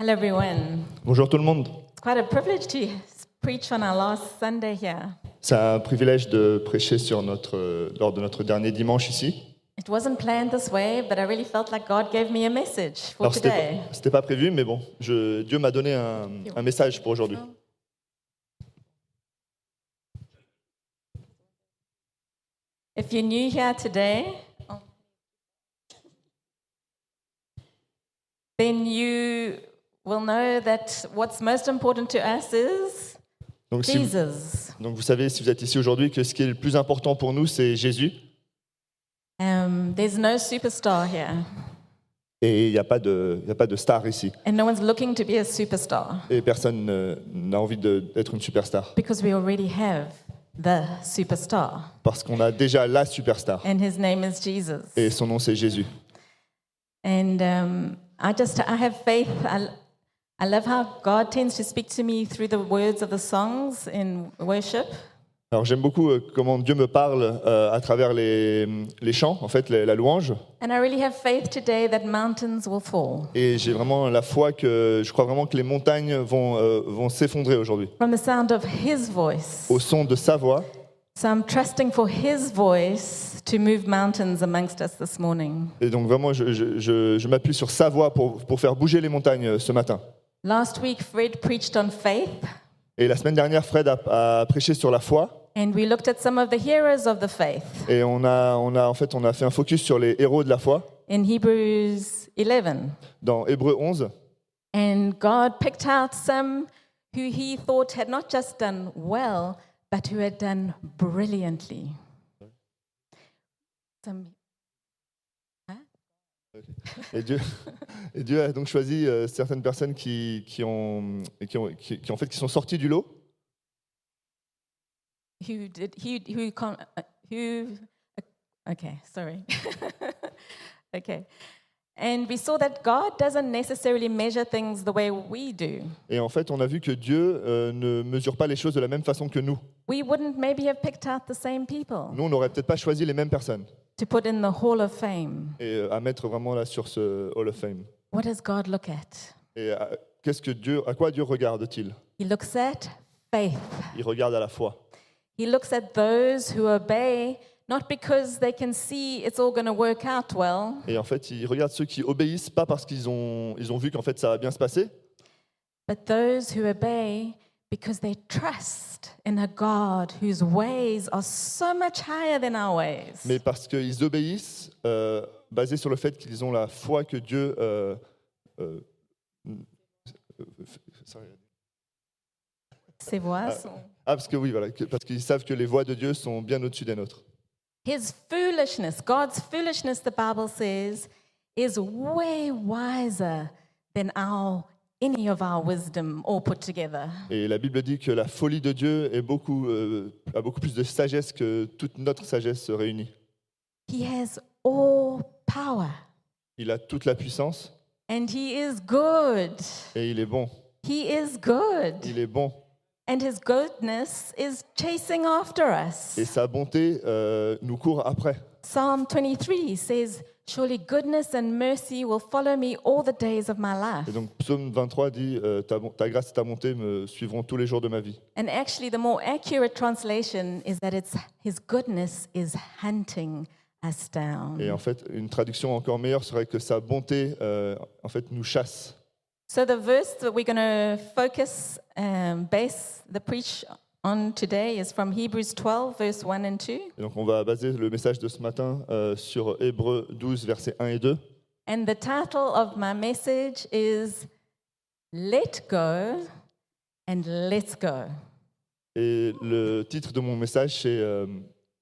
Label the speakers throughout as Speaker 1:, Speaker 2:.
Speaker 1: Hello, everyone.
Speaker 2: Bonjour tout le monde.
Speaker 1: It's quite a privilege to preach on our last Sunday here.
Speaker 2: C'est un privilège de prêcher sur notre, euh, lors de notre dernier dimanche ici.
Speaker 1: It wasn't planned this way, but I really felt like God gave me a message for
Speaker 2: Alors c'était
Speaker 1: today.
Speaker 2: pas, c'était pas prévu, mais bon, je- Dieu m'a donné un, un message pour aujourd'hui.
Speaker 1: If you're new here today, oh. then you will know that what's most important to us is
Speaker 2: Donc, si vous,
Speaker 1: Jesus.
Speaker 2: donc vous savez, si vous êtes ici aujourd'hui, que ce qui est le plus important pour nous, c'est Jésus.
Speaker 1: Um, there's no superstar here,
Speaker 2: Et il n'y a, pas de- il n'y a pas de star ici.
Speaker 1: and no one's looking to be a superstar
Speaker 2: Et personne euh, n'a envie de- d'être une superstar.
Speaker 1: because we already have the superstar,
Speaker 2: Parce qu'on a déjà la superstar.
Speaker 1: and his name is Jesus.
Speaker 2: Et son nom, c'est Jésus.
Speaker 1: And um, I just, I have faith. I, I love how God tends to speak to me through the words of the songs in worship.
Speaker 2: Alors j'aime beaucoup euh, comment Dieu me parle euh, à travers les, les chants, en fait, les- la louange.
Speaker 1: And I really have faith today that mountains will fall.
Speaker 2: Et j'ai vraiment la foi que je crois vraiment que les montagnes vont, euh, vont s'effondrer aujourd'hui.
Speaker 1: From the sound of his voice.
Speaker 2: Au son de sa voix.
Speaker 1: So I'm trusting for his voice to move mountains amongst us this morning.
Speaker 2: Et donc vraiment, je, je- je- je m'appuie sur sa voix pour, pour faire bouger les montagnes euh, ce matin.
Speaker 1: Last week, Fred preached on faith,
Speaker 2: Et la semaine dernière, Fred a, a prêché sur la foi.
Speaker 1: and we looked at some of the heroes of the faith
Speaker 2: Et on a, on a, en fait, on a fait un focus sur les héros de la foi
Speaker 1: in Hebrews 11.
Speaker 2: dans Hébreu 11.
Speaker 1: And God picked out some who he thought had not just done well, but who had done brilliantly. Some-
Speaker 2: Et Dieu, et Dieu a donc choisi euh, certaines personnes qui, qui, ont, qui, ont- qui- qui, en fait, qui sont sorties du lot.
Speaker 1: who did who who con, uh, who uh, okay sorry okay and we saw that god doesn't necessarily measure things the way we do
Speaker 2: Et en fait, on a vu que Dieu euh, ne mesure pas les choses de la même façon que nous.
Speaker 1: we wouldn't maybe have picked out the same people
Speaker 2: Nous, on n'aurait peut-être pas choisi les mêmes personnes
Speaker 1: to put in the hall of fame
Speaker 2: et euh, à mettre vraiment là sur ce Hall of Fame.
Speaker 1: what does god look at
Speaker 2: Et à, qu'est-ce que Dieu, à quoi Dieu regarde-t-il
Speaker 1: he looks at faith
Speaker 2: Il regarde à la foi.
Speaker 1: he looks at those who obey not because they can see it's all going to work out well
Speaker 2: Et en fait, il regarde ceux qui obéissent pas parce qu'ils ont, ils ont vu qu'en fait ça va bien se passer,
Speaker 1: But those who obey because they trust in a God whose ways are so much higher than our ways.
Speaker 2: mais parce qu'ils obéissent euh, basé sur le fait qu'ils ont la foi que Dieu. euh, euh, euh, sorry.
Speaker 1: Ses voix
Speaker 2: Ah.
Speaker 1: sont-
Speaker 2: ah, parce que oui, voilà, que- parce qu'ils savent que les voies de Dieu sont bien au-dessus des nôtres.
Speaker 1: His foolishness, God's foolishness, the Bible says, is way wiser than our any of our wisdom all put together.
Speaker 2: Et la Bible dit que la folie de Dieu est beaucoup, euh, a beaucoup plus de sagesse que toute notre sagesse réunie.
Speaker 1: He has all power
Speaker 2: Il a toute la puissance
Speaker 1: and he is good.
Speaker 2: et il est bon.
Speaker 1: He is good.
Speaker 2: Il est bon.
Speaker 1: And his goodness is chasing after us.
Speaker 2: Et sa bonté euh, nous court après.
Speaker 1: Psalm 23 says, Surely goodness and mercy will follow me all the days of my life.
Speaker 2: Et donc psaume 23 dit euh, ta, bon- ta grâce et ta bonté me suivront tous les jours de ma vie.
Speaker 1: And actually, the more accurate translation is that it's his goodness is hunting us down.
Speaker 2: Et en fait, une traduction encore meilleure serait que sa bonté euh, en fait nous chasse.
Speaker 1: So, the verse that we're going to focus, um, base the preach on today is from Hebrews 12, verse 1 and 2.
Speaker 2: Et donc on va baser le message de ce matin euh, sur Hébreux 12 versets 1 et 2.
Speaker 1: And the title of my message is Let Go and Let's Go.
Speaker 2: Et le titre de mon message c'est euh,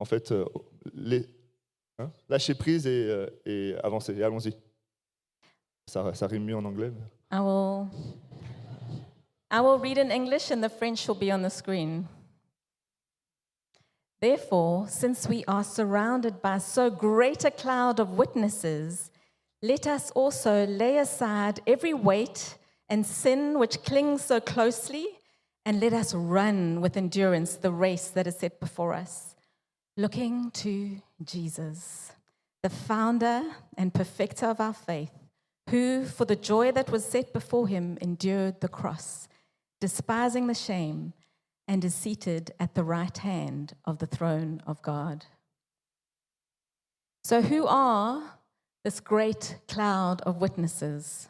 Speaker 2: en fait euh, les hein, lâcher prise et, euh, et avancer. Et allons-y. Ça, ça rime mieux en anglais. mais-
Speaker 1: I will I will read in English and the French will be on the screen. Therefore, since we are surrounded by so great a cloud of witnesses, let us also lay aside every weight and sin which clings so closely, and let us run with endurance the race that is set before us, looking to Jesus, the founder and perfecter of our faith who, for the joy that was set before him, endured the cross, despising the shame, and is seated at the right hand of the throne of God. So, who are this great cloud of witnesses?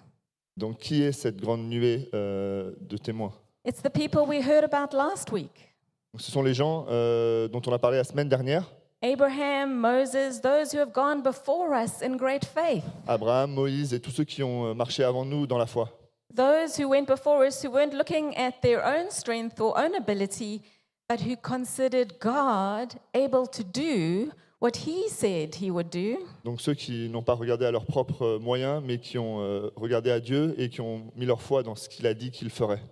Speaker 2: Donc, qui est cette grande nuée euh, de témoins
Speaker 1: It's the people we heard about last week
Speaker 2: Donc, Ce sont les gens euh, dont on a parlé la semaine dernière
Speaker 1: Abraham, Moses, those who have gone before us in great faith,
Speaker 2: Abraham, Moïse et tous ceux qui ont euh, marché avant nous dans la foi.
Speaker 1: those who went before us who weren't looking at their own strength or own ability, but who considered God able to do what he said he would do.
Speaker 2: Donc, ceux qui n'ont pas regardé à leurs propres euh, moyens, mais qui ont euh, regardé à Dieu et qui ont mis leur foi dans ce qu'il a dit qu'il ferait.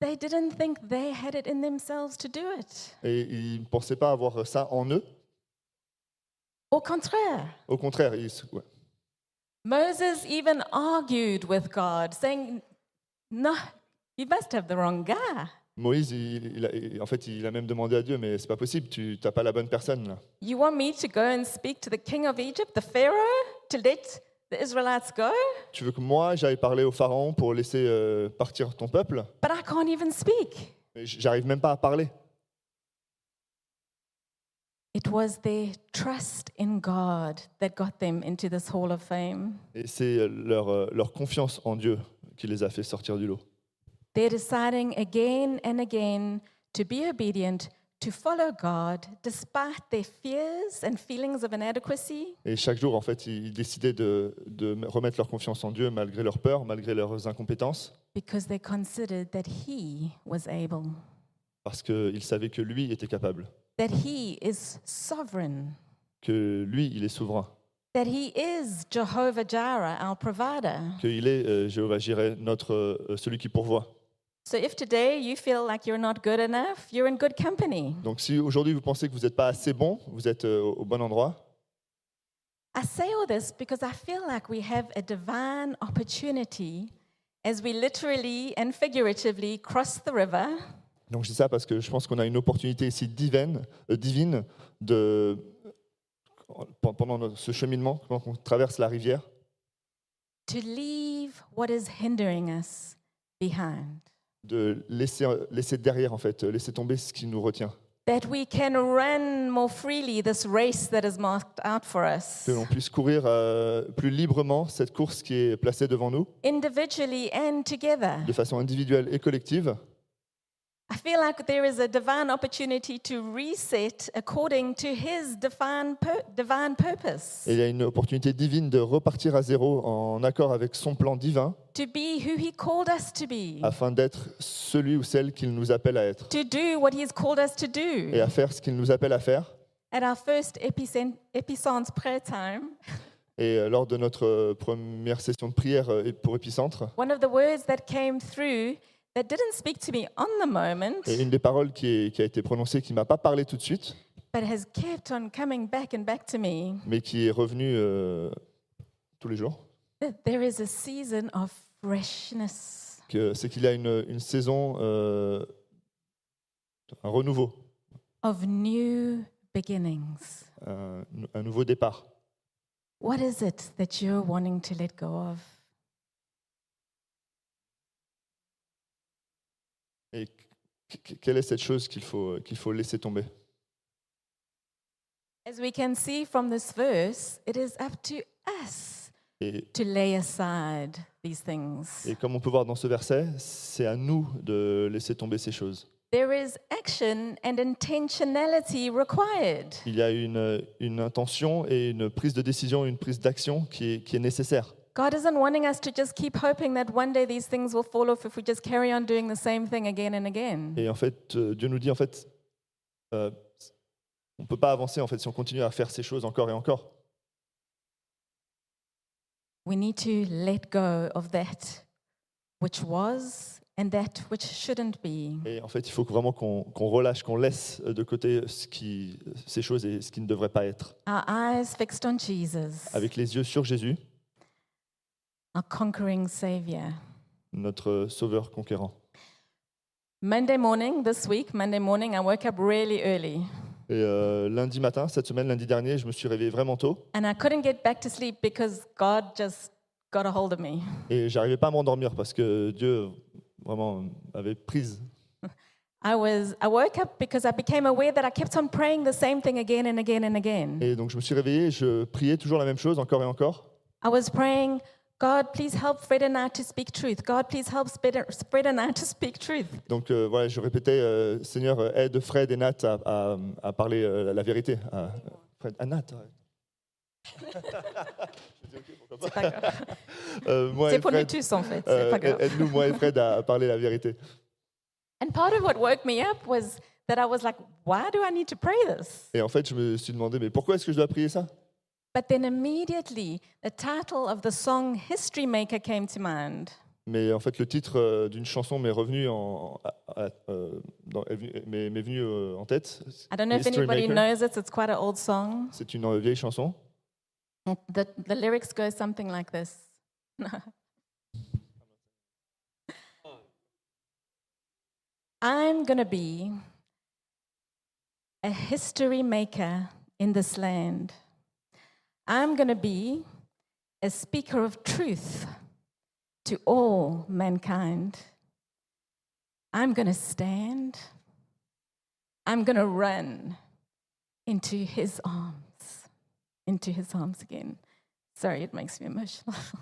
Speaker 1: They didn't think they had it in themselves to do it.
Speaker 2: Et ils ne pensaient pas avoir ça en eux.
Speaker 1: Au contraire,
Speaker 2: Au contraire, ils, se- ouais.
Speaker 1: Moses even argued with God, saying, No, you must have the wrong guy.
Speaker 2: Moïse, il, il a- il- en fait, il a même demandé à Dieu, mais c'est pas possible, tu n'as pas la bonne personne là.
Speaker 1: You want me to go and speak to the king of Egypt, the Pharaoh, to let the Israelites go?
Speaker 2: Tu veux que moi, j'aille parler au Pharaon pour laisser euh, partir ton peuple
Speaker 1: But I can't even speak.
Speaker 2: Mais j- J'arrive même pas à parler.
Speaker 1: It was their trust in God that got them into this hall of fame.
Speaker 2: Et c'est leur, euh, leur confiance en Dieu qui les a fait sortir du lot.
Speaker 1: They're deciding again and again to be obedient, to follow God, despite their fears and feelings of inadequacy.
Speaker 2: Et chaque jour, en fait, ils ils décidaient de, de remettre leur confiance en Dieu malgré leur peur, malgré leurs incompétences,
Speaker 1: because they considered that he was able,
Speaker 2: parce qu'ils savaient que lui était capable,
Speaker 1: that he is sovereign,
Speaker 2: que lui, il est souverain,
Speaker 1: that he is Jehovah Jireh, our provider.
Speaker 2: qu'il est euh, Jéhovah Jireh, notre, euh, celui qui pourvoit.
Speaker 1: So if today you feel like you're not good enough, you're in good company.
Speaker 2: Donc si aujourd'hui vous pensez que vous n'êtes pas assez bon, vous êtes euh, au bon endroit,
Speaker 1: I say all this because I feel like we have a divine opportunity as we literally and figuratively cross the river
Speaker 2: Donc je dis ça parce que je pense qu'on a une opportunité ici divine, euh, divine de, pen- pendant notre- ce cheminement, pendant qu'on traverse la rivière,
Speaker 1: to leave what is hindering us behind.
Speaker 2: de laisser, laisser derrière en fait, euh, laisser tomber ce qui nous retient,
Speaker 1: That we can run more freely this race that is marked out for us.
Speaker 2: que l'on puisse courir euh, plus librement cette course qui est placée devant nous,
Speaker 1: individually and together.
Speaker 2: de façon individuelle et collective.
Speaker 1: I feel like there is a divine opportunity to reset according to His divine, pur- divine purpose,
Speaker 2: Et il y a une opportunité divine de repartir à zéro en accord avec son plan divin,
Speaker 1: to be who He called us to be,
Speaker 2: afin d'être celui ou celle qu'il nous appelle à être,
Speaker 1: to do what He's called us to
Speaker 2: et
Speaker 1: do.
Speaker 2: à faire ce qu'il nous appelle à faire.
Speaker 1: At our first epicen- Epicentre's prayer time,
Speaker 2: Et euh, lors de notre euh, première session de prière euh, pour Épicentre,
Speaker 1: one of the words that came through that didn't speak to me on the moment,
Speaker 2: et une des paroles qui, est- qui a été prononcée, qui m'a pas parlé tout de suite,
Speaker 1: but has kept on coming back and back to me,
Speaker 2: mais qui est revenue euh, tous les jours,
Speaker 1: that there is a season of freshness.
Speaker 2: que- c'est qu'il y a une, une saison, euh, un renouveau,
Speaker 1: of new beginnings.
Speaker 2: un, un nouveau départ.
Speaker 1: What is it that you're wanting to let go of?
Speaker 2: Et qu- qu- quelle est cette chose qu'il faut, qu'il faut laisser tomber
Speaker 1: As we can see from this verse, it is up to us
Speaker 2: et,
Speaker 1: to lay aside these things.
Speaker 2: et comme on peut voir dans ce verset, c'est à nous de laisser tomber ces choses.
Speaker 1: There is action and intentionality required.
Speaker 2: Il y a une, une intention et une prise de décision, une prise d'action qui est- qui est nécessaire.
Speaker 1: God isn't wanting us to just keep hoping that one day these things will fall off if we just carry on doing the same thing again and again.
Speaker 2: Et en fait, euh, Dieu nous dit en fait, euh, on peut pas avancer en fait si on continue à faire ces choses encore et encore.
Speaker 1: We need to let go of that which was and that which shouldn't be.
Speaker 2: Et en fait, il faut vraiment qu'on qu'on relâche, qu'on laisse de côté ce qui, ces choses et ce qui ne devrait pas être.
Speaker 1: Our eyes fixed on Jesus.
Speaker 2: Avec les yeux sur Jésus,
Speaker 1: our conquering Savior.
Speaker 2: notre euh, Sauveur conquérant.
Speaker 1: Monday morning, this week, Monday morning, I woke up really early
Speaker 2: Et euh, lundi matin, cette semaine, lundi dernier, je me suis réveillé vraiment tôt
Speaker 1: and I couldn't get back to sleep because God just got a hold of me.
Speaker 2: Et j'arrivais pas à m'endormir parce que Dieu vraiment avait prise.
Speaker 1: I was I woke up because I became aware that I kept on praying the same thing again and again and again.
Speaker 2: Et donc je me suis réveillé, je priais toujours la même chose, encore et encore.
Speaker 1: I was praying, God, please help Fred and I to speak truth. God, please help Sped- Fred and I to speak truth.
Speaker 2: Donc euh, voilà, je répétais, euh, Seigneur, euh, aide Fred et Nat à, à- à parler euh, la vérité. À, Fred, à Nat. ouais. Je dis, ok, pourquoi
Speaker 1: C'est pas grave.
Speaker 2: pas. Euh, moi
Speaker 1: C'est
Speaker 2: et
Speaker 1: pour nous
Speaker 2: Fred,
Speaker 1: tous en fait. C'est
Speaker 2: euh,
Speaker 1: pas grave.
Speaker 2: aide-nous, moi et Fred, à, à parler la vérité.
Speaker 1: And part of what woke me up was that I was like, why do I need to pray this?
Speaker 2: Et en fait, je me suis demandé, mais pourquoi est-ce que je dois prier ça
Speaker 1: But then immediately the title of the song History Maker came to mind.
Speaker 2: Mais en fait, le titre euh, d'une chanson m'est revenu en, à- à- euh, dans- est venu- m'est- m'est venu euh, en tête.
Speaker 1: I don't know if
Speaker 2: History
Speaker 1: anybody
Speaker 2: Maker.
Speaker 1: knows it, it's quite an old song.
Speaker 2: C'est une euh, vieille chanson.
Speaker 1: The, the lyrics go something like this. I'm going to be a history maker in this land. I'm going to be a speaker of truth to all mankind. I'm going to stand. I'm going to run into his arms, into his arms again. Sorry, it makes me emotional.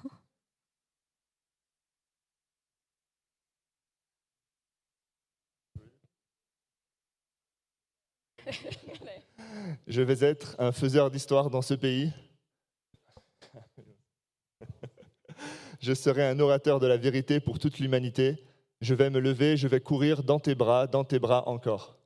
Speaker 2: Je vais être un faiseur d'histoire dans ce pays. Je serai un orateur de la vérité pour toute l'humanité. Je vais me lever, je vais courir dans tes bras, dans tes bras encore.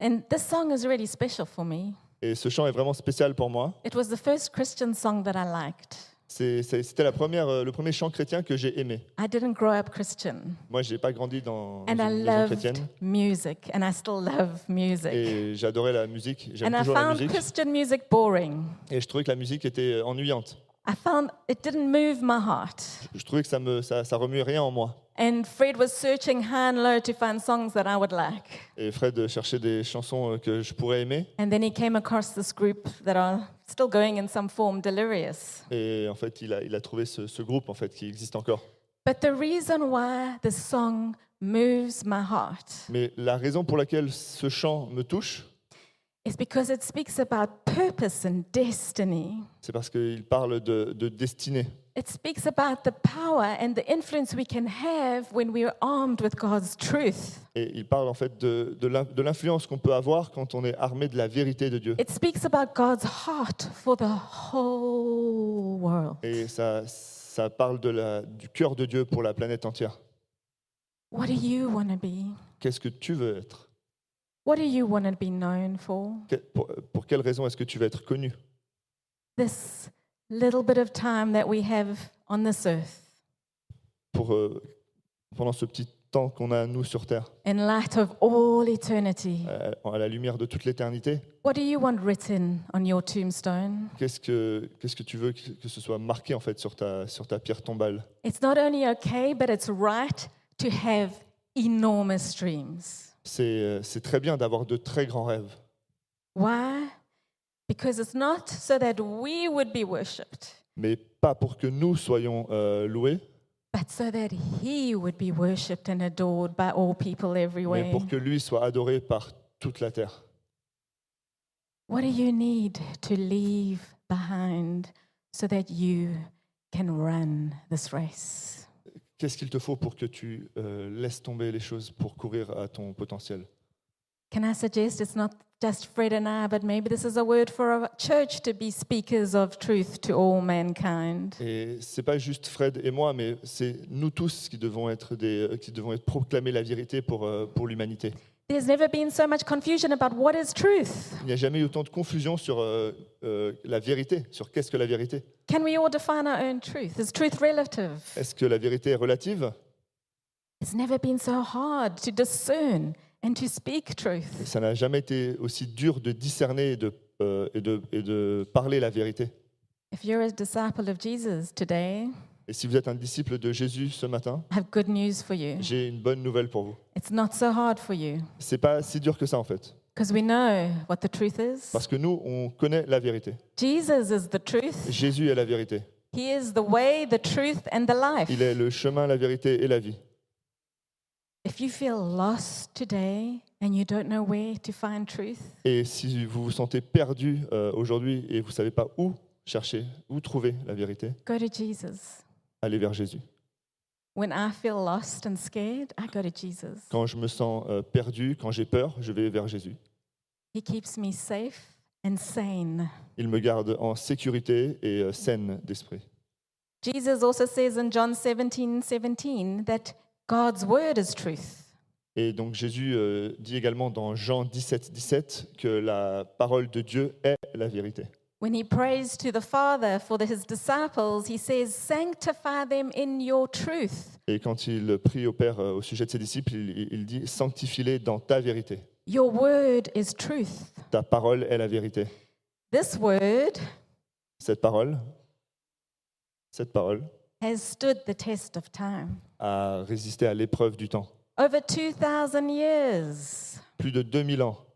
Speaker 1: and this song is really special for me.
Speaker 2: Et ce chant est vraiment spécial pour moi.
Speaker 1: It was the first Christian song that I liked.
Speaker 2: C'est- c'est- C'était la première, euh, le premier chant chrétien que j'ai aimé.
Speaker 1: I didn't grow up Christian,
Speaker 2: Moi, je n'ai pas grandi dans
Speaker 1: and I
Speaker 2: une maison
Speaker 1: loved
Speaker 2: chrétienne.
Speaker 1: music, and I still love music.
Speaker 2: Et j'adorais la musique. J'aime
Speaker 1: And I
Speaker 2: Eh, toujours la
Speaker 1: found
Speaker 2: musique.
Speaker 1: Christian music boring.
Speaker 2: Et je trouvais que la musique était euh, ennuyante.
Speaker 1: I found it didn't move my heart.
Speaker 2: Je trouvais que ça me, ça, ça remuait rien en moi.
Speaker 1: And Fred was searching high and low to find songs that I would like.
Speaker 2: Et Fred cherchait des chansons euh, que je pourrais aimer.
Speaker 1: And then he came across this group that are still going in some form, Delirious.
Speaker 2: Et en fait, il a, il a trouvé ce, ce groupe en fait qui existe encore.
Speaker 1: But the reason why this song moves my heart
Speaker 2: Mais la raison pour laquelle ce chant me touche,
Speaker 1: is because it speaks about purpose and destiny.
Speaker 2: c'est parce qu'il parle de, de destinée.
Speaker 1: It speaks about the power and the influence we can have when we are armed with God's truth.
Speaker 2: Et il parle en fait de, de l'in- de l'influence qu'on peut avoir quand on est armé de la vérité de Dieu.
Speaker 1: It speaks about God's heart for the whole world.
Speaker 2: Et ça, ça parle de la, du cœur de Dieu pour la planète entière.
Speaker 1: What do you want to be?
Speaker 2: Qu'est-ce que tu veux être
Speaker 1: What do you want to be known for?
Speaker 2: Que- pour, euh, pour quelle raison est-ce que tu veux être connu
Speaker 1: This little bit of time that we have on this earth,
Speaker 2: pour, euh, Pendant ce petit temps qu'on a, nous, sur Terre,
Speaker 1: in light of all eternity,
Speaker 2: euh, à la lumière de toute l'éternité,
Speaker 1: what do you want written on your tombstone?
Speaker 2: Qu'est-ce que, qu'est-ce que tu veux que que ce soit marqué en fait sur ta, sur ta pierre tombale
Speaker 1: It's not only okay, but it's right to have enormous dreams.
Speaker 2: C'est euh, c'est très bien d'avoir de très grands rêves.
Speaker 1: Why? Because it's not so that we would be worshipped,
Speaker 2: Mais pas pour que nous soyons euh, loués,
Speaker 1: but so that He would be worshipped and adored by all people
Speaker 2: mais
Speaker 1: everywhere.
Speaker 2: pour que lui soit adoré par toute la terre.
Speaker 1: What do you need to leave behind so that you can run this race?
Speaker 2: Qu'est-ce qu'il te faut pour que tu euh, laisses tomber les choses pour courir à ton potentiel
Speaker 1: Can I suggest it's not just Fred and I, but maybe this is a word for a church to be speakers of truth to all mankind?
Speaker 2: Et c'est pas juste Fred et moi, mais c'est nous tous qui devons être des, euh, qui devons être proclamer la vérité pour, euh, pour l'humanité.
Speaker 1: There's never been so much confusion about what is truth.
Speaker 2: Il n'y a jamais eu autant de confusion sur euh, euh, la vérité, sur qu'est-ce que la vérité.
Speaker 1: Can we all define our own truth? Is truth relative?
Speaker 2: Est-ce que la vérité est relative
Speaker 1: It's never been so hard to discern and to speak truth.
Speaker 2: Ça n'a jamais été aussi dur de discerner et de, euh, et de, et de parler la vérité.
Speaker 1: If you're a disciple of Jesus today,
Speaker 2: Et si vous êtes un disciple de Jésus ce matin,
Speaker 1: I have good news for you.
Speaker 2: j'ai une bonne nouvelle pour vous.
Speaker 1: It's not so hard for you
Speaker 2: C'est pas si dur que ça en fait,
Speaker 1: because we know what the truth is.
Speaker 2: parce que nous, on connaît la vérité.
Speaker 1: Jesus is the truth.
Speaker 2: Jésus est la vérité.
Speaker 1: He is the way, the truth, and the life.
Speaker 2: Il est le chemin, la vérité et la vie.
Speaker 1: If you feel lost today and you don't know where to find truth,
Speaker 2: Et si vous vous sentez perdu euh, aujourd'hui et vous ne savez pas où chercher, où trouver la vérité,
Speaker 1: go to Jesus.
Speaker 2: allez vers Jésus.
Speaker 1: When I feel lost and scared, I go to Jesus.
Speaker 2: Quand je me sens euh, perdu, quand j'ai peur, je vais vers Jésus.
Speaker 1: He keeps me safe and sane.
Speaker 2: Il me garde en sécurité et euh, saine d'esprit.
Speaker 1: Jesus also says in John 17 17 that God's word is truth.
Speaker 2: Et donc Jésus euh, dit également dans Jean 17, 17 que la parole de Dieu est la vérité.
Speaker 1: When he prays to the Father for the- his disciples, he says, Sanctify them in your truth.
Speaker 2: Et quand il prie au Père euh, au sujet de ses disciples, il, il dit Sanctifie-les dans ta vérité.
Speaker 1: Your word is truth.
Speaker 2: Ta parole est la vérité.
Speaker 1: This word
Speaker 2: Cette parole, cette parole
Speaker 1: has stood the test of time.
Speaker 2: a résisté à l'épreuve du temps.
Speaker 1: Over 2,000 years,
Speaker 2: Plus de 2000 ans,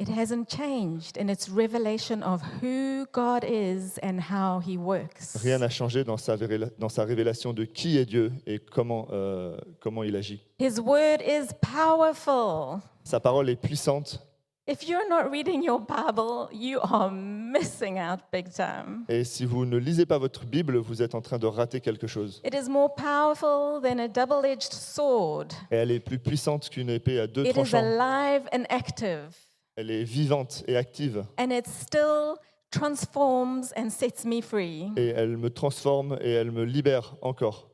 Speaker 1: it hasn't changed in its revelation of who God is and how he works.
Speaker 2: rien n'a changé dans sa, véréla- dans sa révélation de qui est Dieu et comment, euh, comment il agit.
Speaker 1: His word is powerful.
Speaker 2: Sa parole est puissante
Speaker 1: If you're not reading your Bible, you are missing out big time.
Speaker 2: et si vous ne lisez pas votre Bible, vous êtes en train de rater quelque chose.
Speaker 1: It is more powerful than a double edged sword.
Speaker 2: Et elle est plus puissante qu'une épée à deux
Speaker 1: It is
Speaker 2: tranchants.
Speaker 1: alive and active,
Speaker 2: Elle est vivante et active.
Speaker 1: and it still transforms and sets me free.
Speaker 2: Et elle me transforme et elle me libère encore.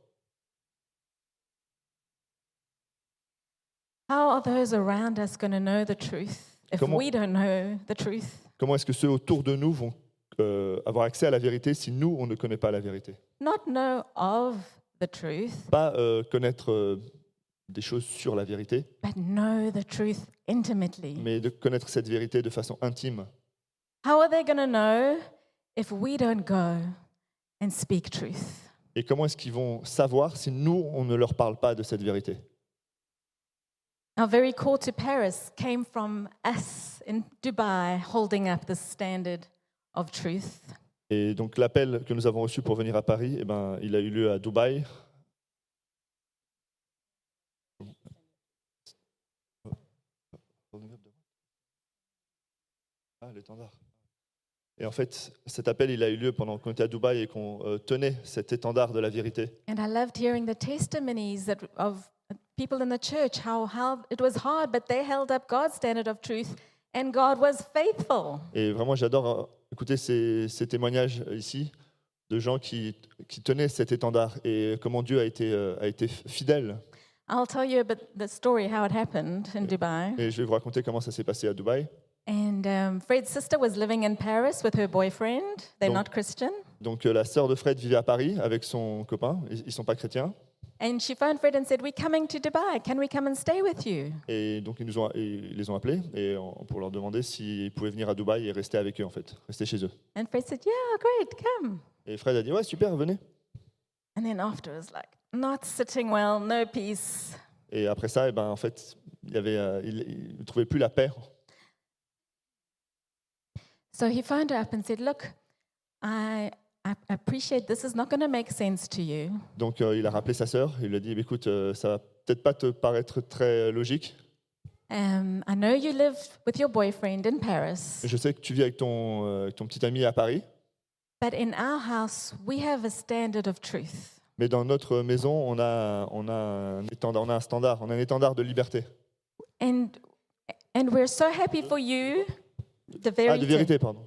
Speaker 1: How are those around us going to know the truth if
Speaker 2: Comment-
Speaker 1: we don't know the truth?
Speaker 2: Comment est-ce que ceux autour de nous vont euh, avoir accès à la vérité si nous, on ne connaît pas la vérité
Speaker 1: Not know of the truth,
Speaker 2: Pas euh, connaître euh, des choses sur la vérité,
Speaker 1: but know the truth intimately.
Speaker 2: mais de connaître cette vérité de façon intime.
Speaker 1: How are they going to know if we don't go and speak truth?
Speaker 2: Et comment est-ce qu'ils vont savoir si nous, on ne leur parle pas de cette vérité
Speaker 1: Our very call to Paris came from us in Dubai holding up the standard of truth.
Speaker 2: Et donc l'appel que nous avons reçu pour venir à Paris, eh ben, il a eu lieu à Dubaï. Ah, l'étendard. Et en fait, cet appel, il a eu lieu pendant qu'on était à Dubaï et qu'on euh, tenait cet étendard de la vérité.
Speaker 1: And I loved hearing the testimonies that, of people in the church, how, how it was hard, but they held up God's standard of truth and God was faithful.
Speaker 2: Et vraiment, j'adore euh, écouter ces, ces témoignages euh, ici de gens qui, qui tenaient cet étendard et comment Dieu a été, euh, a été fidèle.
Speaker 1: I'll tell you about the story how it happened in Dubai.
Speaker 2: Et je vais vous raconter comment ça s'est passé à Dubaï.
Speaker 1: And um, Fred's sister was living in Paris with her boyfriend. They're
Speaker 2: Donc-
Speaker 1: not Christian.
Speaker 2: Donc euh, la sœur de Fred vivait à Paris avec son copain, ils ne sont pas chrétiens,
Speaker 1: And she phoned Fred and said, We're coming to Dubai. Can we come and stay with you?
Speaker 2: et donc ils, nous ont, et ils les ont appelés et en- pour leur demander s'ils pouvaient venir à Dubaï et rester avec eux en fait, rester chez eux.
Speaker 1: And Fred said, Yeah, great, come.
Speaker 2: Et Fred a dit ouais super venez.
Speaker 1: And then after, it was like, not sitting well, no peace.
Speaker 2: Et après ça, eh ben, en fait, il y avait, euh, ils ne trouvaient plus la paix.
Speaker 1: So he phoned her up and said, Look, I, I appreciate this is not going to make sense to you,
Speaker 2: Donc euh, il a rappelé sa sœur, il lui a dit Eh bien, écoute euh, ça va peut-être pas te paraître très logique.
Speaker 1: Um, I know you live with your boyfriend in Paris,
Speaker 2: Je sais que tu vis avec ton, euh, avec ton petit ami à Paris,
Speaker 1: but in our house, we have a standard of truth.
Speaker 2: mais dans notre maison on a, on a un étendard, on a un standard, on a un étendard de liberté.
Speaker 1: And, and we're so happy for you, the very
Speaker 2: Ah de vérité pardon.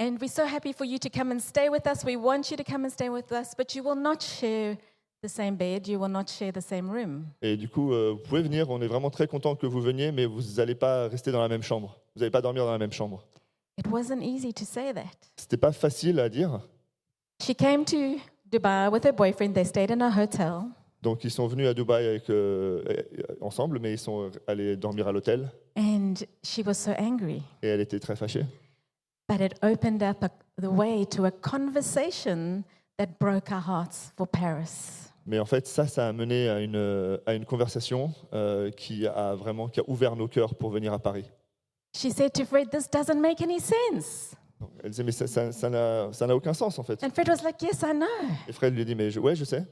Speaker 1: And we're so happy for you to come and stay with us. We want you to come and stay with us, but you will not share the same bed, you will not share the same room.
Speaker 2: Et du coup, euh, vous pouvez venir, on est vraiment très content que vous veniez, mais vous n'allez pas rester dans la même chambre. Vous n'allez pas dormir dans la même chambre.
Speaker 1: It wasn't easy to say that.
Speaker 2: C'était pas facile à dire.
Speaker 1: She came to Dubai with her boyfriend. They stayed in a hotel.
Speaker 2: Donc ils sont venus à Dubaï avec, euh, euh, ensemble, mais ils sont allés dormir à l'hôtel.
Speaker 1: And she was so angry.
Speaker 2: Et elle était très fâchée.
Speaker 1: But it opened up a, the way to a conversation that broke our hearts for Paris.
Speaker 2: Mais en fait, ça, ça a mené à une, euh, à une conversation euh, qui a vraiment qui a ouvert nos cœurs pour venir à Paris.
Speaker 1: She said to Fred, This doesn't make any sense.
Speaker 2: Elle disait, mais ça- ça ça n'a ça n'a aucun sens en fait.
Speaker 1: And Fred was like, Yes, I know.
Speaker 2: Et Fred lui dit, mais je- ouais, je sais.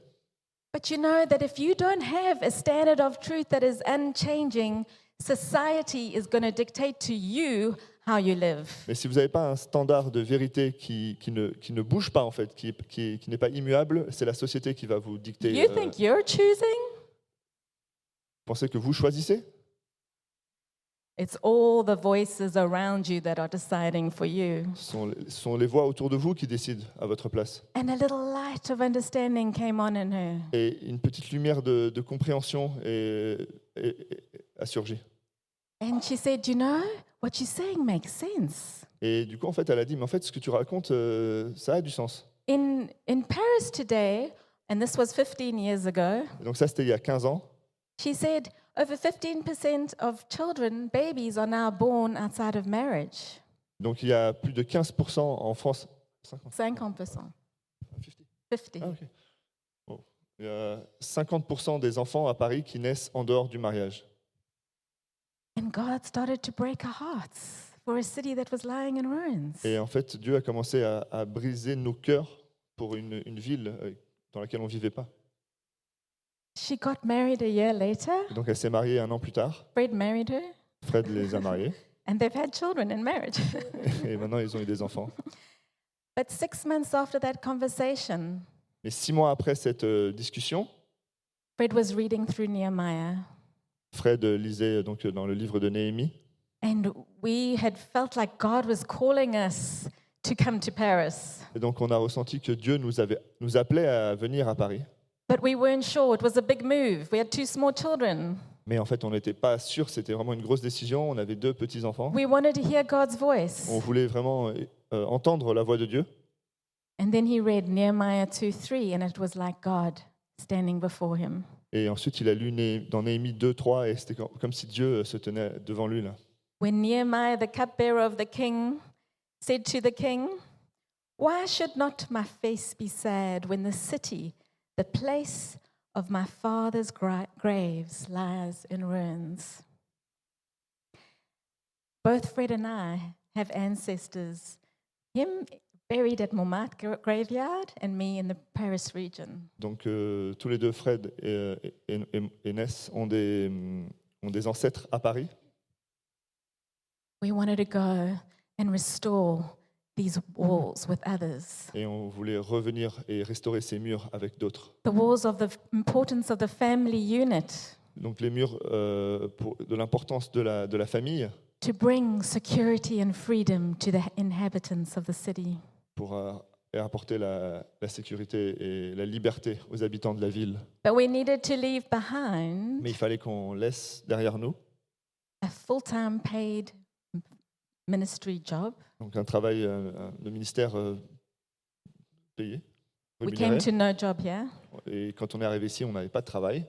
Speaker 1: But you know that if you don't have a standard of truth that is unchanging, society is going to dictate to you how you live.
Speaker 2: Mais si vous n'avez pas un standard de vérité qui, qui, ne, qui ne bouge pas, en fait, qui, qui, qui n'est pas immuable, c'est la société qui va vous dicter.
Speaker 1: You
Speaker 2: euh,
Speaker 1: think you're choosing?
Speaker 2: vous pensez que vous choisissez
Speaker 1: It's all the voices around you that are deciding for you.
Speaker 2: Ce sont, les- ce sont les voix autour de vous qui décident à votre place.
Speaker 1: And a little light of understanding came on in her.
Speaker 2: Et une petite lumière de, de compréhension est, est- est- a surgi.
Speaker 1: And she said, You know, what you're saying makes sense.
Speaker 2: Et du coup, en fait, elle a dit, mais en fait, ce que tu racontes, euh, ça a du sens.
Speaker 1: In, in Paris today, and this was 15 years ago,
Speaker 2: Et donc ça, c'était il y a 15 ans.
Speaker 1: she said over 15% of children, babies, are now born outside of marriage.
Speaker 2: Donc il y a plus de 15% en France. 50,
Speaker 1: 50%.
Speaker 2: 50.
Speaker 1: 50.
Speaker 2: Ah, ok. Bon. Il y a 50% des enfants à Paris qui naissent en dehors du mariage.
Speaker 1: And God started to break our hearts for a city that was lying in ruins.
Speaker 2: Et en fait, Dieu a commencé à, à briser nos cœurs pour une, une ville euh, dans laquelle on ne vivait pas.
Speaker 1: She got married a year later.
Speaker 2: Et donc elle s'est mariée un an plus tard.
Speaker 1: Fred married her,
Speaker 2: Fred les a mariés.
Speaker 1: and they've had children in marriage.
Speaker 2: Et maintenant, ils ont eu des enfants.
Speaker 1: but six months after that conversation,
Speaker 2: Mais six mois après cette euh, discussion,
Speaker 1: Fred was reading through Nehemiah.
Speaker 2: Fred euh, lisait euh, donc euh, dans le livre de Néhémie.
Speaker 1: And we had felt like God was calling us to come to Paris.
Speaker 2: Et donc on a ressenti que Dieu nous, avait, nous appelait à venir à Paris.
Speaker 1: But we weren't sure. It was a big move. We had two small children.
Speaker 2: Mais en fait, on n'était pas sûr. C'était vraiment une grosse décision. On avait deux petits-enfants.
Speaker 1: We wanted to hear God's voice.
Speaker 2: On voulait vraiment euh, euh, entendre la voix de Dieu.
Speaker 1: And then he read Nehemiah 2 3, and it was like God standing before him.
Speaker 2: Et ensuite, il a lu Né- dans Néhémie 2, 3, et c'était com- comme si Dieu euh, se tenait devant lui. Là.
Speaker 1: When Nehemiah, the cupbearer of the king, said to the king, Why should not my face be sad when the city, the place of my father's gra- graves, lies in ruins? Both Fred and I have ancestors, him buried at Montmartre gra- graveyard and me in the Paris region.
Speaker 2: Donc, euh, tous les deux, Fred et, euh, et, et- et Ness, ont des, hum, ont des ancêtres à Paris.
Speaker 1: We wanted to go and restore these walls with others.
Speaker 2: Et on voulait revenir et restaurer ces murs avec d'autres.
Speaker 1: the walls of the f- importance of the family unit
Speaker 2: Donc, les murs euh, pour- de l'importance de la, de la famille
Speaker 1: to bring security and freedom to the inhabitants of the city.
Speaker 2: pour euh, et apporter la, la sécurité et la liberté aux habitants de la ville.
Speaker 1: But we needed to leave behind
Speaker 2: Mais il fallait qu'on laisse derrière nous
Speaker 1: a full time paid ministry job.
Speaker 2: donc un travail euh, de ministère euh, payé.
Speaker 1: We came
Speaker 2: rémunéré.
Speaker 1: to no job here.
Speaker 2: Et quand on est arrivé ici, on n'avait pas de travail.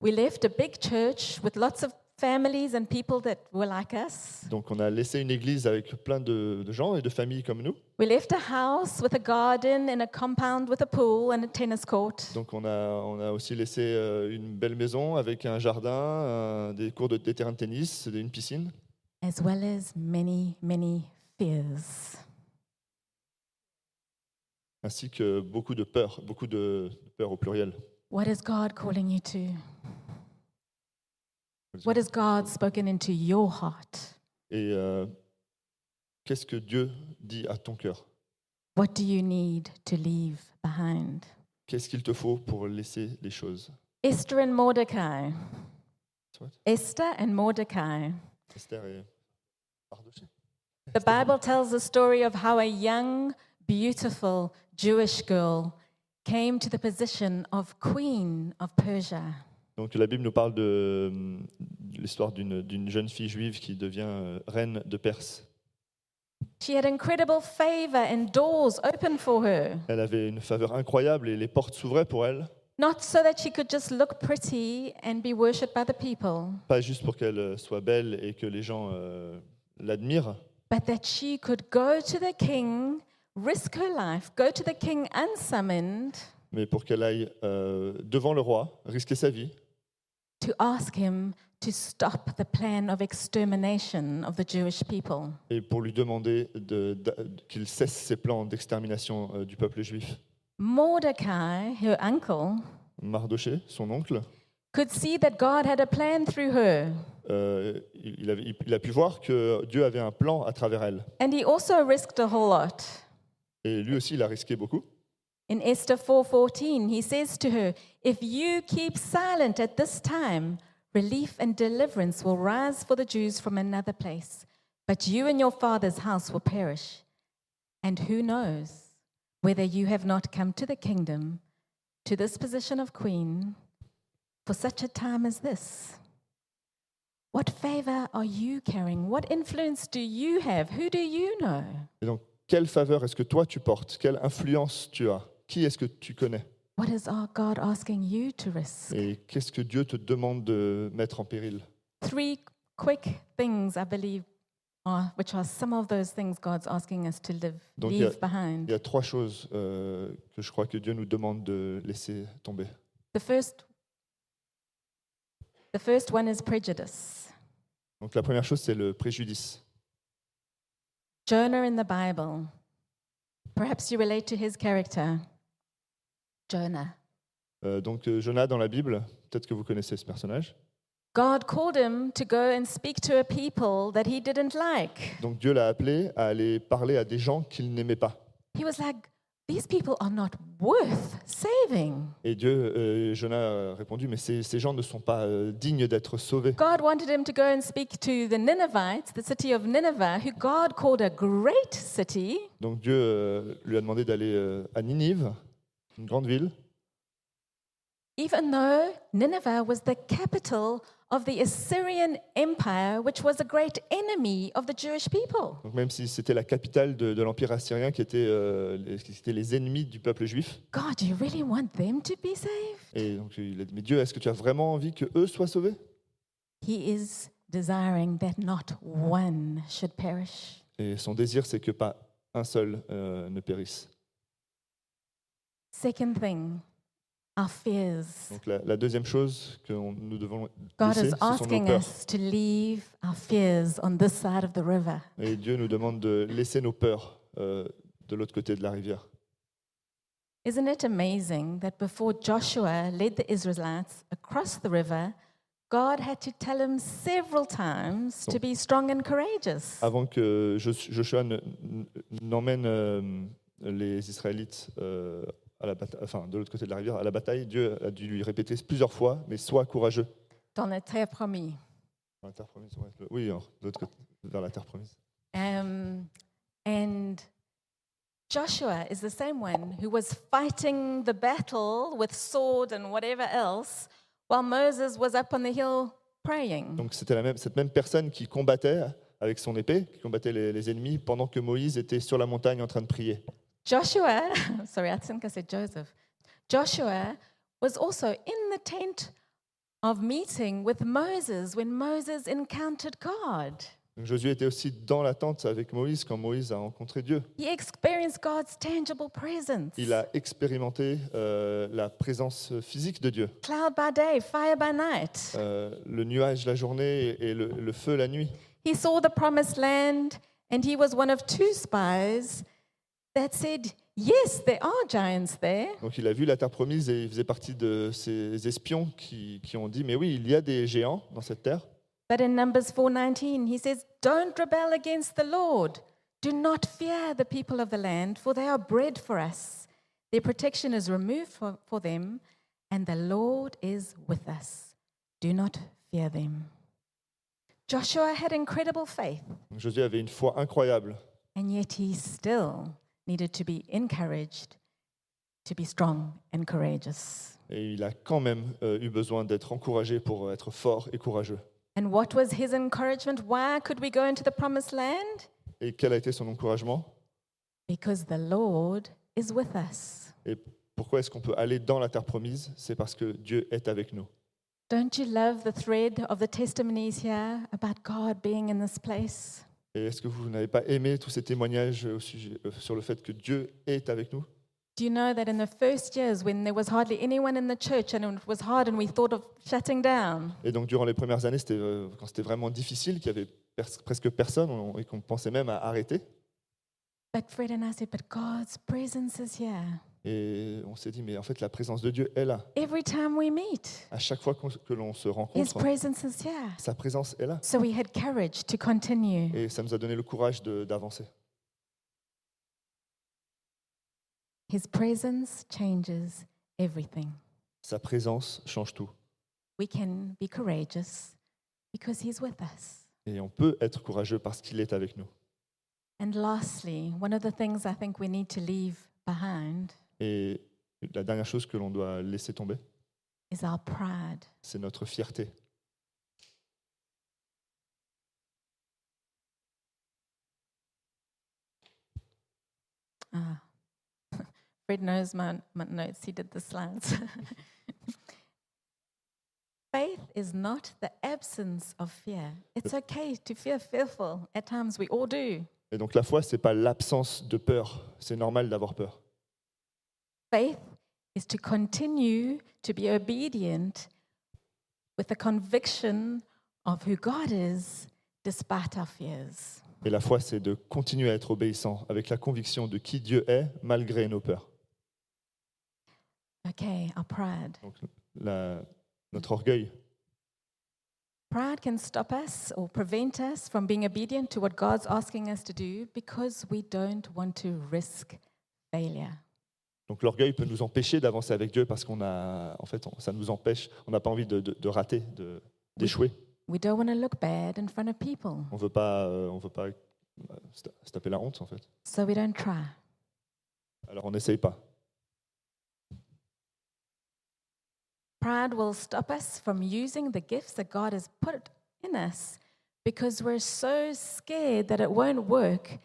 Speaker 1: We left a big church with lots of families and people that were like us.
Speaker 2: Donc on a laissé une église avec plein de, de gens et de familles comme nous.
Speaker 1: We left a house with a garden and a compound with a pool and a tennis court.
Speaker 2: Donc on a, on a aussi laissé euh, une belle maison avec un jardin, un- des cours de des terrains de tennis, une piscine
Speaker 1: as well as many, many fears.
Speaker 2: ainsi que beaucoup de peurs, beaucoup de de peurs au pluriel.
Speaker 1: What is God calling you to? What has God spoken into your heart?
Speaker 2: Et euh, qu'est-ce que Dieu dit à ton cœur
Speaker 1: What do you need to leave behind?
Speaker 2: Qu'est-ce qu'il te faut pour laisser les choses
Speaker 1: Esther and Mordecai.
Speaker 2: What?
Speaker 1: Esther and Mordecai.
Speaker 2: Esther et Mardochée.
Speaker 1: The Bible tells the story of how a young, beautiful Jewish girl came to the position of queen of Persia.
Speaker 2: Donc la Bible nous parle de, euh, de l'histoire d'une d'une jeune fille juive qui devient euh, reine de Perse.
Speaker 1: She had incredible favor and doors open for her,
Speaker 2: Elle avait une faveur incroyable et les portes s'ouvraient pour elle,
Speaker 1: not so that she could just look pretty and be worshipped by the people,
Speaker 2: pas juste pour qu'elle euh, soit belle et que les gens euh, l'admirent,
Speaker 1: but that she could go to the king, risk her life, go to the king unsummoned
Speaker 2: mais pour qu'elle aille euh, devant le roi, risquer sa vie
Speaker 1: to ask him to stop the plan of extermination of the Jewish people.
Speaker 2: et pour lui demander de- d'a- qu'il cesse ses plans d'extermination euh, du peuple juif.
Speaker 1: Mordecai, her uncle,
Speaker 2: Mardoché, son oncle,
Speaker 1: could see that God had a plan through her,
Speaker 2: euh, il, il avait- il a pu voir que Dieu avait un plan à travers elle.
Speaker 1: and he also risked a whole lot.
Speaker 2: Et lui aussi, il a risqué beaucoup.
Speaker 1: In Esther 4:14, he says to her, "If you keep silent at this time, relief and deliverance will rise for the Jews from another place, but you and your father's house will perish. And who knows whether you have not come to the kingdom, to this position of queen, for such a time as this?" What favor are you carrying? What influence do you have? Who do you know?
Speaker 2: Et donc, quelle faveur est-ce que toi tu portes Quelle influence tu as Qui est-ce que tu connais
Speaker 1: What is our God asking you to risk?
Speaker 2: Et qu'est-ce que Dieu te demande de mettre en péril
Speaker 1: three quick things I believe are which are some of those things God's asking us to live
Speaker 2: Donc, il y a-
Speaker 1: leave behind.
Speaker 2: Il y a trois choses euh, que je crois que Dieu nous demande de laisser tomber.
Speaker 1: The first the first one is prejudice.
Speaker 2: Donc, la première chose, c'est le préjudice.
Speaker 1: Jonah in the Bible. Perhaps you relate to his character. Jonah.
Speaker 2: Euh, donc, euh, Jonas, dans la Bible, peut-être que vous connaissez ce personnage.
Speaker 1: God called him to go and speak to a people that he didn't like.
Speaker 2: Donc, Dieu l'a appelé à aller parler à des gens qu'il n'aimait pas.
Speaker 1: He was like, These people are not worth saving.
Speaker 2: Et Dieu, euh, Jonas a répondu, mais ces, ces gens ne sont pas euh, dignes d'être sauvés.
Speaker 1: God wanted him to go and speak to the Ninevites, the city of Nineveh, who God called a great city,
Speaker 2: Donc Dieu euh, lui a demandé d'aller euh, à Ninive, une grande ville,
Speaker 1: even though Nineveh was the capital of the Assyrian Empire, which was a great enemy of the Jewish people.
Speaker 2: donc même si c'était la capitale de, de l'Empire assyrien qui était, euh, les, qui étaient les ennemis du peuple juif.
Speaker 1: God, do you really want them to be saved?
Speaker 2: Et donc il a dit, mais Dieu, est-ce que tu as vraiment envie que eux soient sauvés
Speaker 1: He is desiring that not one should perish.
Speaker 2: Et son désir, c'est que pas un seul euh, ne périsse.
Speaker 1: Second thing, our fears.
Speaker 2: Donc la, la deuxième chose que on- nous devons
Speaker 1: God
Speaker 2: laisser,
Speaker 1: is
Speaker 2: ce sont nos
Speaker 1: asking
Speaker 2: peurs.
Speaker 1: us to leave our fears on this side of the river.
Speaker 2: Et Dieu nous demande de laisser nos peurs euh, de l'autre côté de la rivière.
Speaker 1: Isn't it amazing that before Joshua led the Israelites across the river, God had to tell him several times to be strong and courageous?
Speaker 2: avant que Jos- Joshua ne- n- n'emmène euh, les Israélites euh, à la bata- enfin, de l'autre côté de la rivière à la bataille, Dieu a dû lui répéter plusieurs fois, mais sois courageux.
Speaker 1: Dans la terre promise.
Speaker 2: Vers la terre promise, ouais, le- oui, alors, de l'autre côté, vers la terre promise.
Speaker 1: Um, and Joshua is the same one who was fighting the battle with sword and whatever else while Moses was up on the hill praying.
Speaker 2: Donc c'était la même, cette même personne qui combattait avec son épée, qui combattait les, les ennemis, pendant que Moïse était sur la montagne en train de prier.
Speaker 1: Joshua, sorry, I think I said Joseph. Joshua was also in the tent of meeting with Moses when Moses encountered God.
Speaker 2: Donc, Josué était aussi dans la tente avec Moïse quand Moïse a rencontré Dieu.
Speaker 1: He experienced God's tangible presence.
Speaker 2: Il a expérimenté euh, la présence physique de Dieu.
Speaker 1: Cloud by day, fire by night.
Speaker 2: Euh, le nuage la journée et le, le feu la nuit.
Speaker 1: He saw the promised land and he was one of two spies that said, Yes, there are giants there,
Speaker 2: Donc il a vu la terre promise et il faisait partie de ces espions qui, qui ont dit mais oui il y a des géants dans cette terre.
Speaker 1: But in Numbers 4:19 he says, "Don't rebel against the Lord. Do not fear the people of the land, for they are bread for us. Their protection is removed for, for them, and the Lord is with us. Do not fear them." Joshua had incredible faith,
Speaker 2: Donc, Josué avait une foi incroyable
Speaker 1: and yet he still needed to be encouraged to be strong and courageous.
Speaker 2: et il a quand même euh, eu besoin d'être encouragé pour être fort et courageux.
Speaker 1: And what was his encouragement? Why could we go into the promised land?
Speaker 2: Et quel a été son encouragement
Speaker 1: Because the Lord is with us.
Speaker 2: Et pourquoi est-ce qu'on peut aller dans la terre promise C'est parce que Dieu est avec nous.
Speaker 1: Don't you love the thread of the testimonies here about God being in this place?
Speaker 2: Et est-ce que vous n'avez pas aimé tous ces témoignages au sujet- euh, sur le fait que Dieu est avec nous
Speaker 1: Do you know that in the first years, when there was hardly anyone in the church and it was hard and we thought of shutting down,
Speaker 2: Et donc, durant les premières années, c'était, euh, quand c'était vraiment difficile, qu'il y avait pers- presque personne on- et qu'on pensait même à arrêter.
Speaker 1: but Fred and I said, But God's presence is here
Speaker 2: Et on s'est dit, mais en fait, la présence de Dieu est là.
Speaker 1: every time we meet.
Speaker 2: À chaque fois qu'on- que l'on se
Speaker 1: His
Speaker 2: rencontre,
Speaker 1: presence is here.
Speaker 2: sa présence est là.
Speaker 1: So we had courage to continue.
Speaker 2: Et ça nous a donné le courage de- d'avancer.
Speaker 1: His presence changes everything.
Speaker 2: Sa présence change tout.
Speaker 1: We can be courageous because He's with us.
Speaker 2: Et on peut être courageux parce qu'il est avec nous.
Speaker 1: And lastly, one of the things I think we need to leave behind
Speaker 2: Et la dernière chose que l'on doit laisser tomber,
Speaker 1: is our pride.
Speaker 2: c'est notre fierté.
Speaker 1: Ah. Fred knows my, my notes, he did the slides. Faith is not the absence of fear. It's okay to feel fearful. At times we all do.
Speaker 2: Et donc la foi, c'est pas l'absence de peur. C'est normal d'avoir peur.
Speaker 1: Faith is to continue to be obedient with the conviction of who God is despite our fears.
Speaker 2: Et la foi, c'est de continuer à être obéissant avec la conviction de qui Dieu est malgré nos peurs.
Speaker 1: Okay, our pride.
Speaker 2: Donc la- notre orgueil,
Speaker 1: Pride can stop us or prevent us from being obedient to what God's asking us to do because we don't want to risk failure.
Speaker 2: donc l'orgueil peut nous empêcher d'avancer avec Dieu parce qu'on a, en fait, on- ça nous empêche. On n'a pas envie de, de- de rater, de- d'échouer.
Speaker 1: We don't want to look bad in front of people,
Speaker 2: On veut pas, euh, on veut pas euh, se ta- se taper la honte en fait.
Speaker 1: so we don't try.
Speaker 2: Alors on n'essaye pas.
Speaker 1: Pride will stop us from using the gifts that God has put in us because we're so scared that it won't work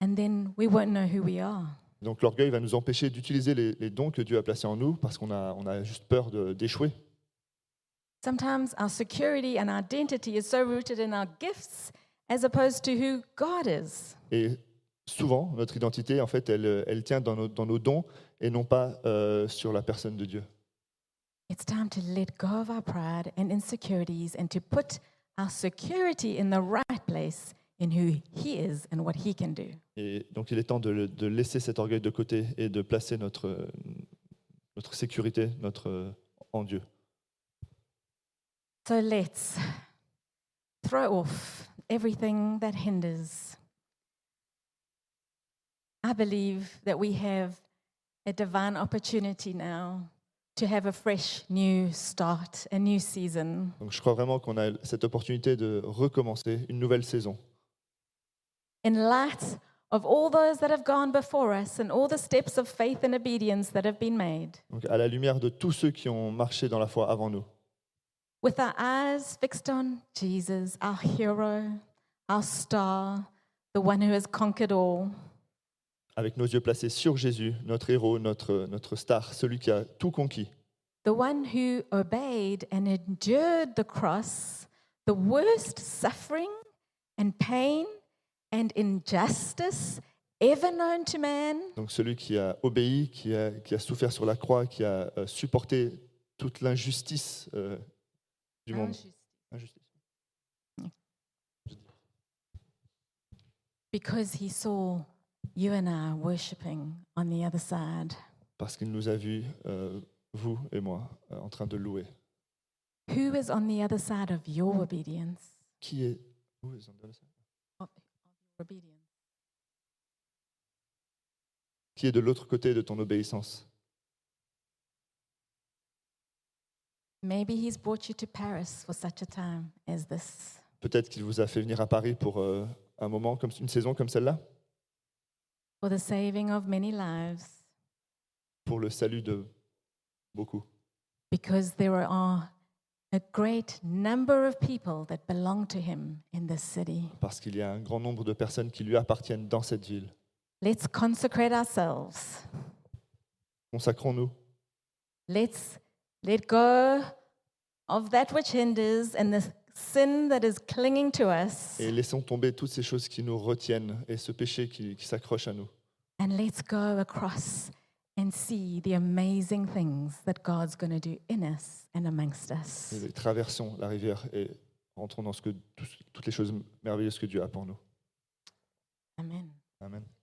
Speaker 1: and then we won't know who we are.
Speaker 2: Donc l'orgueil va nous empêcher d'utiliser les, les dons que Dieu a placés en nous parce qu'on a, on a juste peur de- d'échouer.
Speaker 1: Sometimes our security and identity is so rooted in our gifts as opposed to who God is.
Speaker 2: Et souvent, notre identité, en fait, elle, elle tient dans nos, dans nos dons et non pas euh, sur la personne de Dieu.
Speaker 1: It's time to let go of our pride and insecurities and to put our security in the right place in who He is and what He can do.
Speaker 2: Et donc il est temps de, le- de laisser cet orgueil de côté et de placer notre, euh, notre sécurité notre, euh, en Dieu.
Speaker 1: So let's throw off everything that hinders. I believe that we have a divine opportunity now to have a fresh new start, a new season.
Speaker 2: Donc je crois vraiment qu'on a cette opportunité de recommencer une nouvelle saison.
Speaker 1: In light of all those that have gone before us and all the steps of faith and obedience that have been made,
Speaker 2: Donc à la lumière de tous ceux qui ont marché dans la foi avant nous.
Speaker 1: with our eyes fixed on Jesus, our hero, our star, the one who has conquered all.
Speaker 2: Avec nos yeux placés sur Jésus, notre héros, notre, notre star, celui qui a tout conquis.
Speaker 1: The one who obeyed and endured the cross, the worst suffering and pain and injustice ever known to man,
Speaker 2: Donc celui qui a obéi, qui a, qui a souffert sur la croix, qui a euh, supporté toute l'injustice euh, du
Speaker 1: Ah
Speaker 2: monde. Injustice.
Speaker 1: because he saw you and I worshiping on the other side.
Speaker 2: Parce qu'il nous a vus, euh, vous et moi, euh, en train de louer.
Speaker 1: Who is on the other side of your obedience?
Speaker 2: Qui est Who is on the other side
Speaker 1: Of- of your obedience.
Speaker 2: Qui est de l'autre côté de ton obéissance
Speaker 1: Maybe he's brought you to Paris for such a time as this.
Speaker 2: Peut-être qu'il vous a fait venir à Paris pour euh, un moment, comme une saison comme celle-là,
Speaker 1: for the saving of many lives,
Speaker 2: pour le salut de beaucoup.
Speaker 1: because there are a great number of people that belong to him in this city.
Speaker 2: Parce qu'il y a un grand nombre de personnes qui lui appartiennent dans cette ville.
Speaker 1: Let's consecrate ourselves.
Speaker 2: Consacrons-nous.
Speaker 1: Let's let go of that which hinders and the sin that is clinging to us,
Speaker 2: Et laissons tomber toutes ces choses qui nous retiennent et ce péché qui, qui s'accroche à nous.
Speaker 1: and let's go across and see the amazing things that God's going to do in us and amongst us.
Speaker 2: Et traversons la rivière et rentrons dans ce que, tout- toutes les choses merveilleuses que Dieu a pour nous.
Speaker 1: Amen.
Speaker 2: Amen.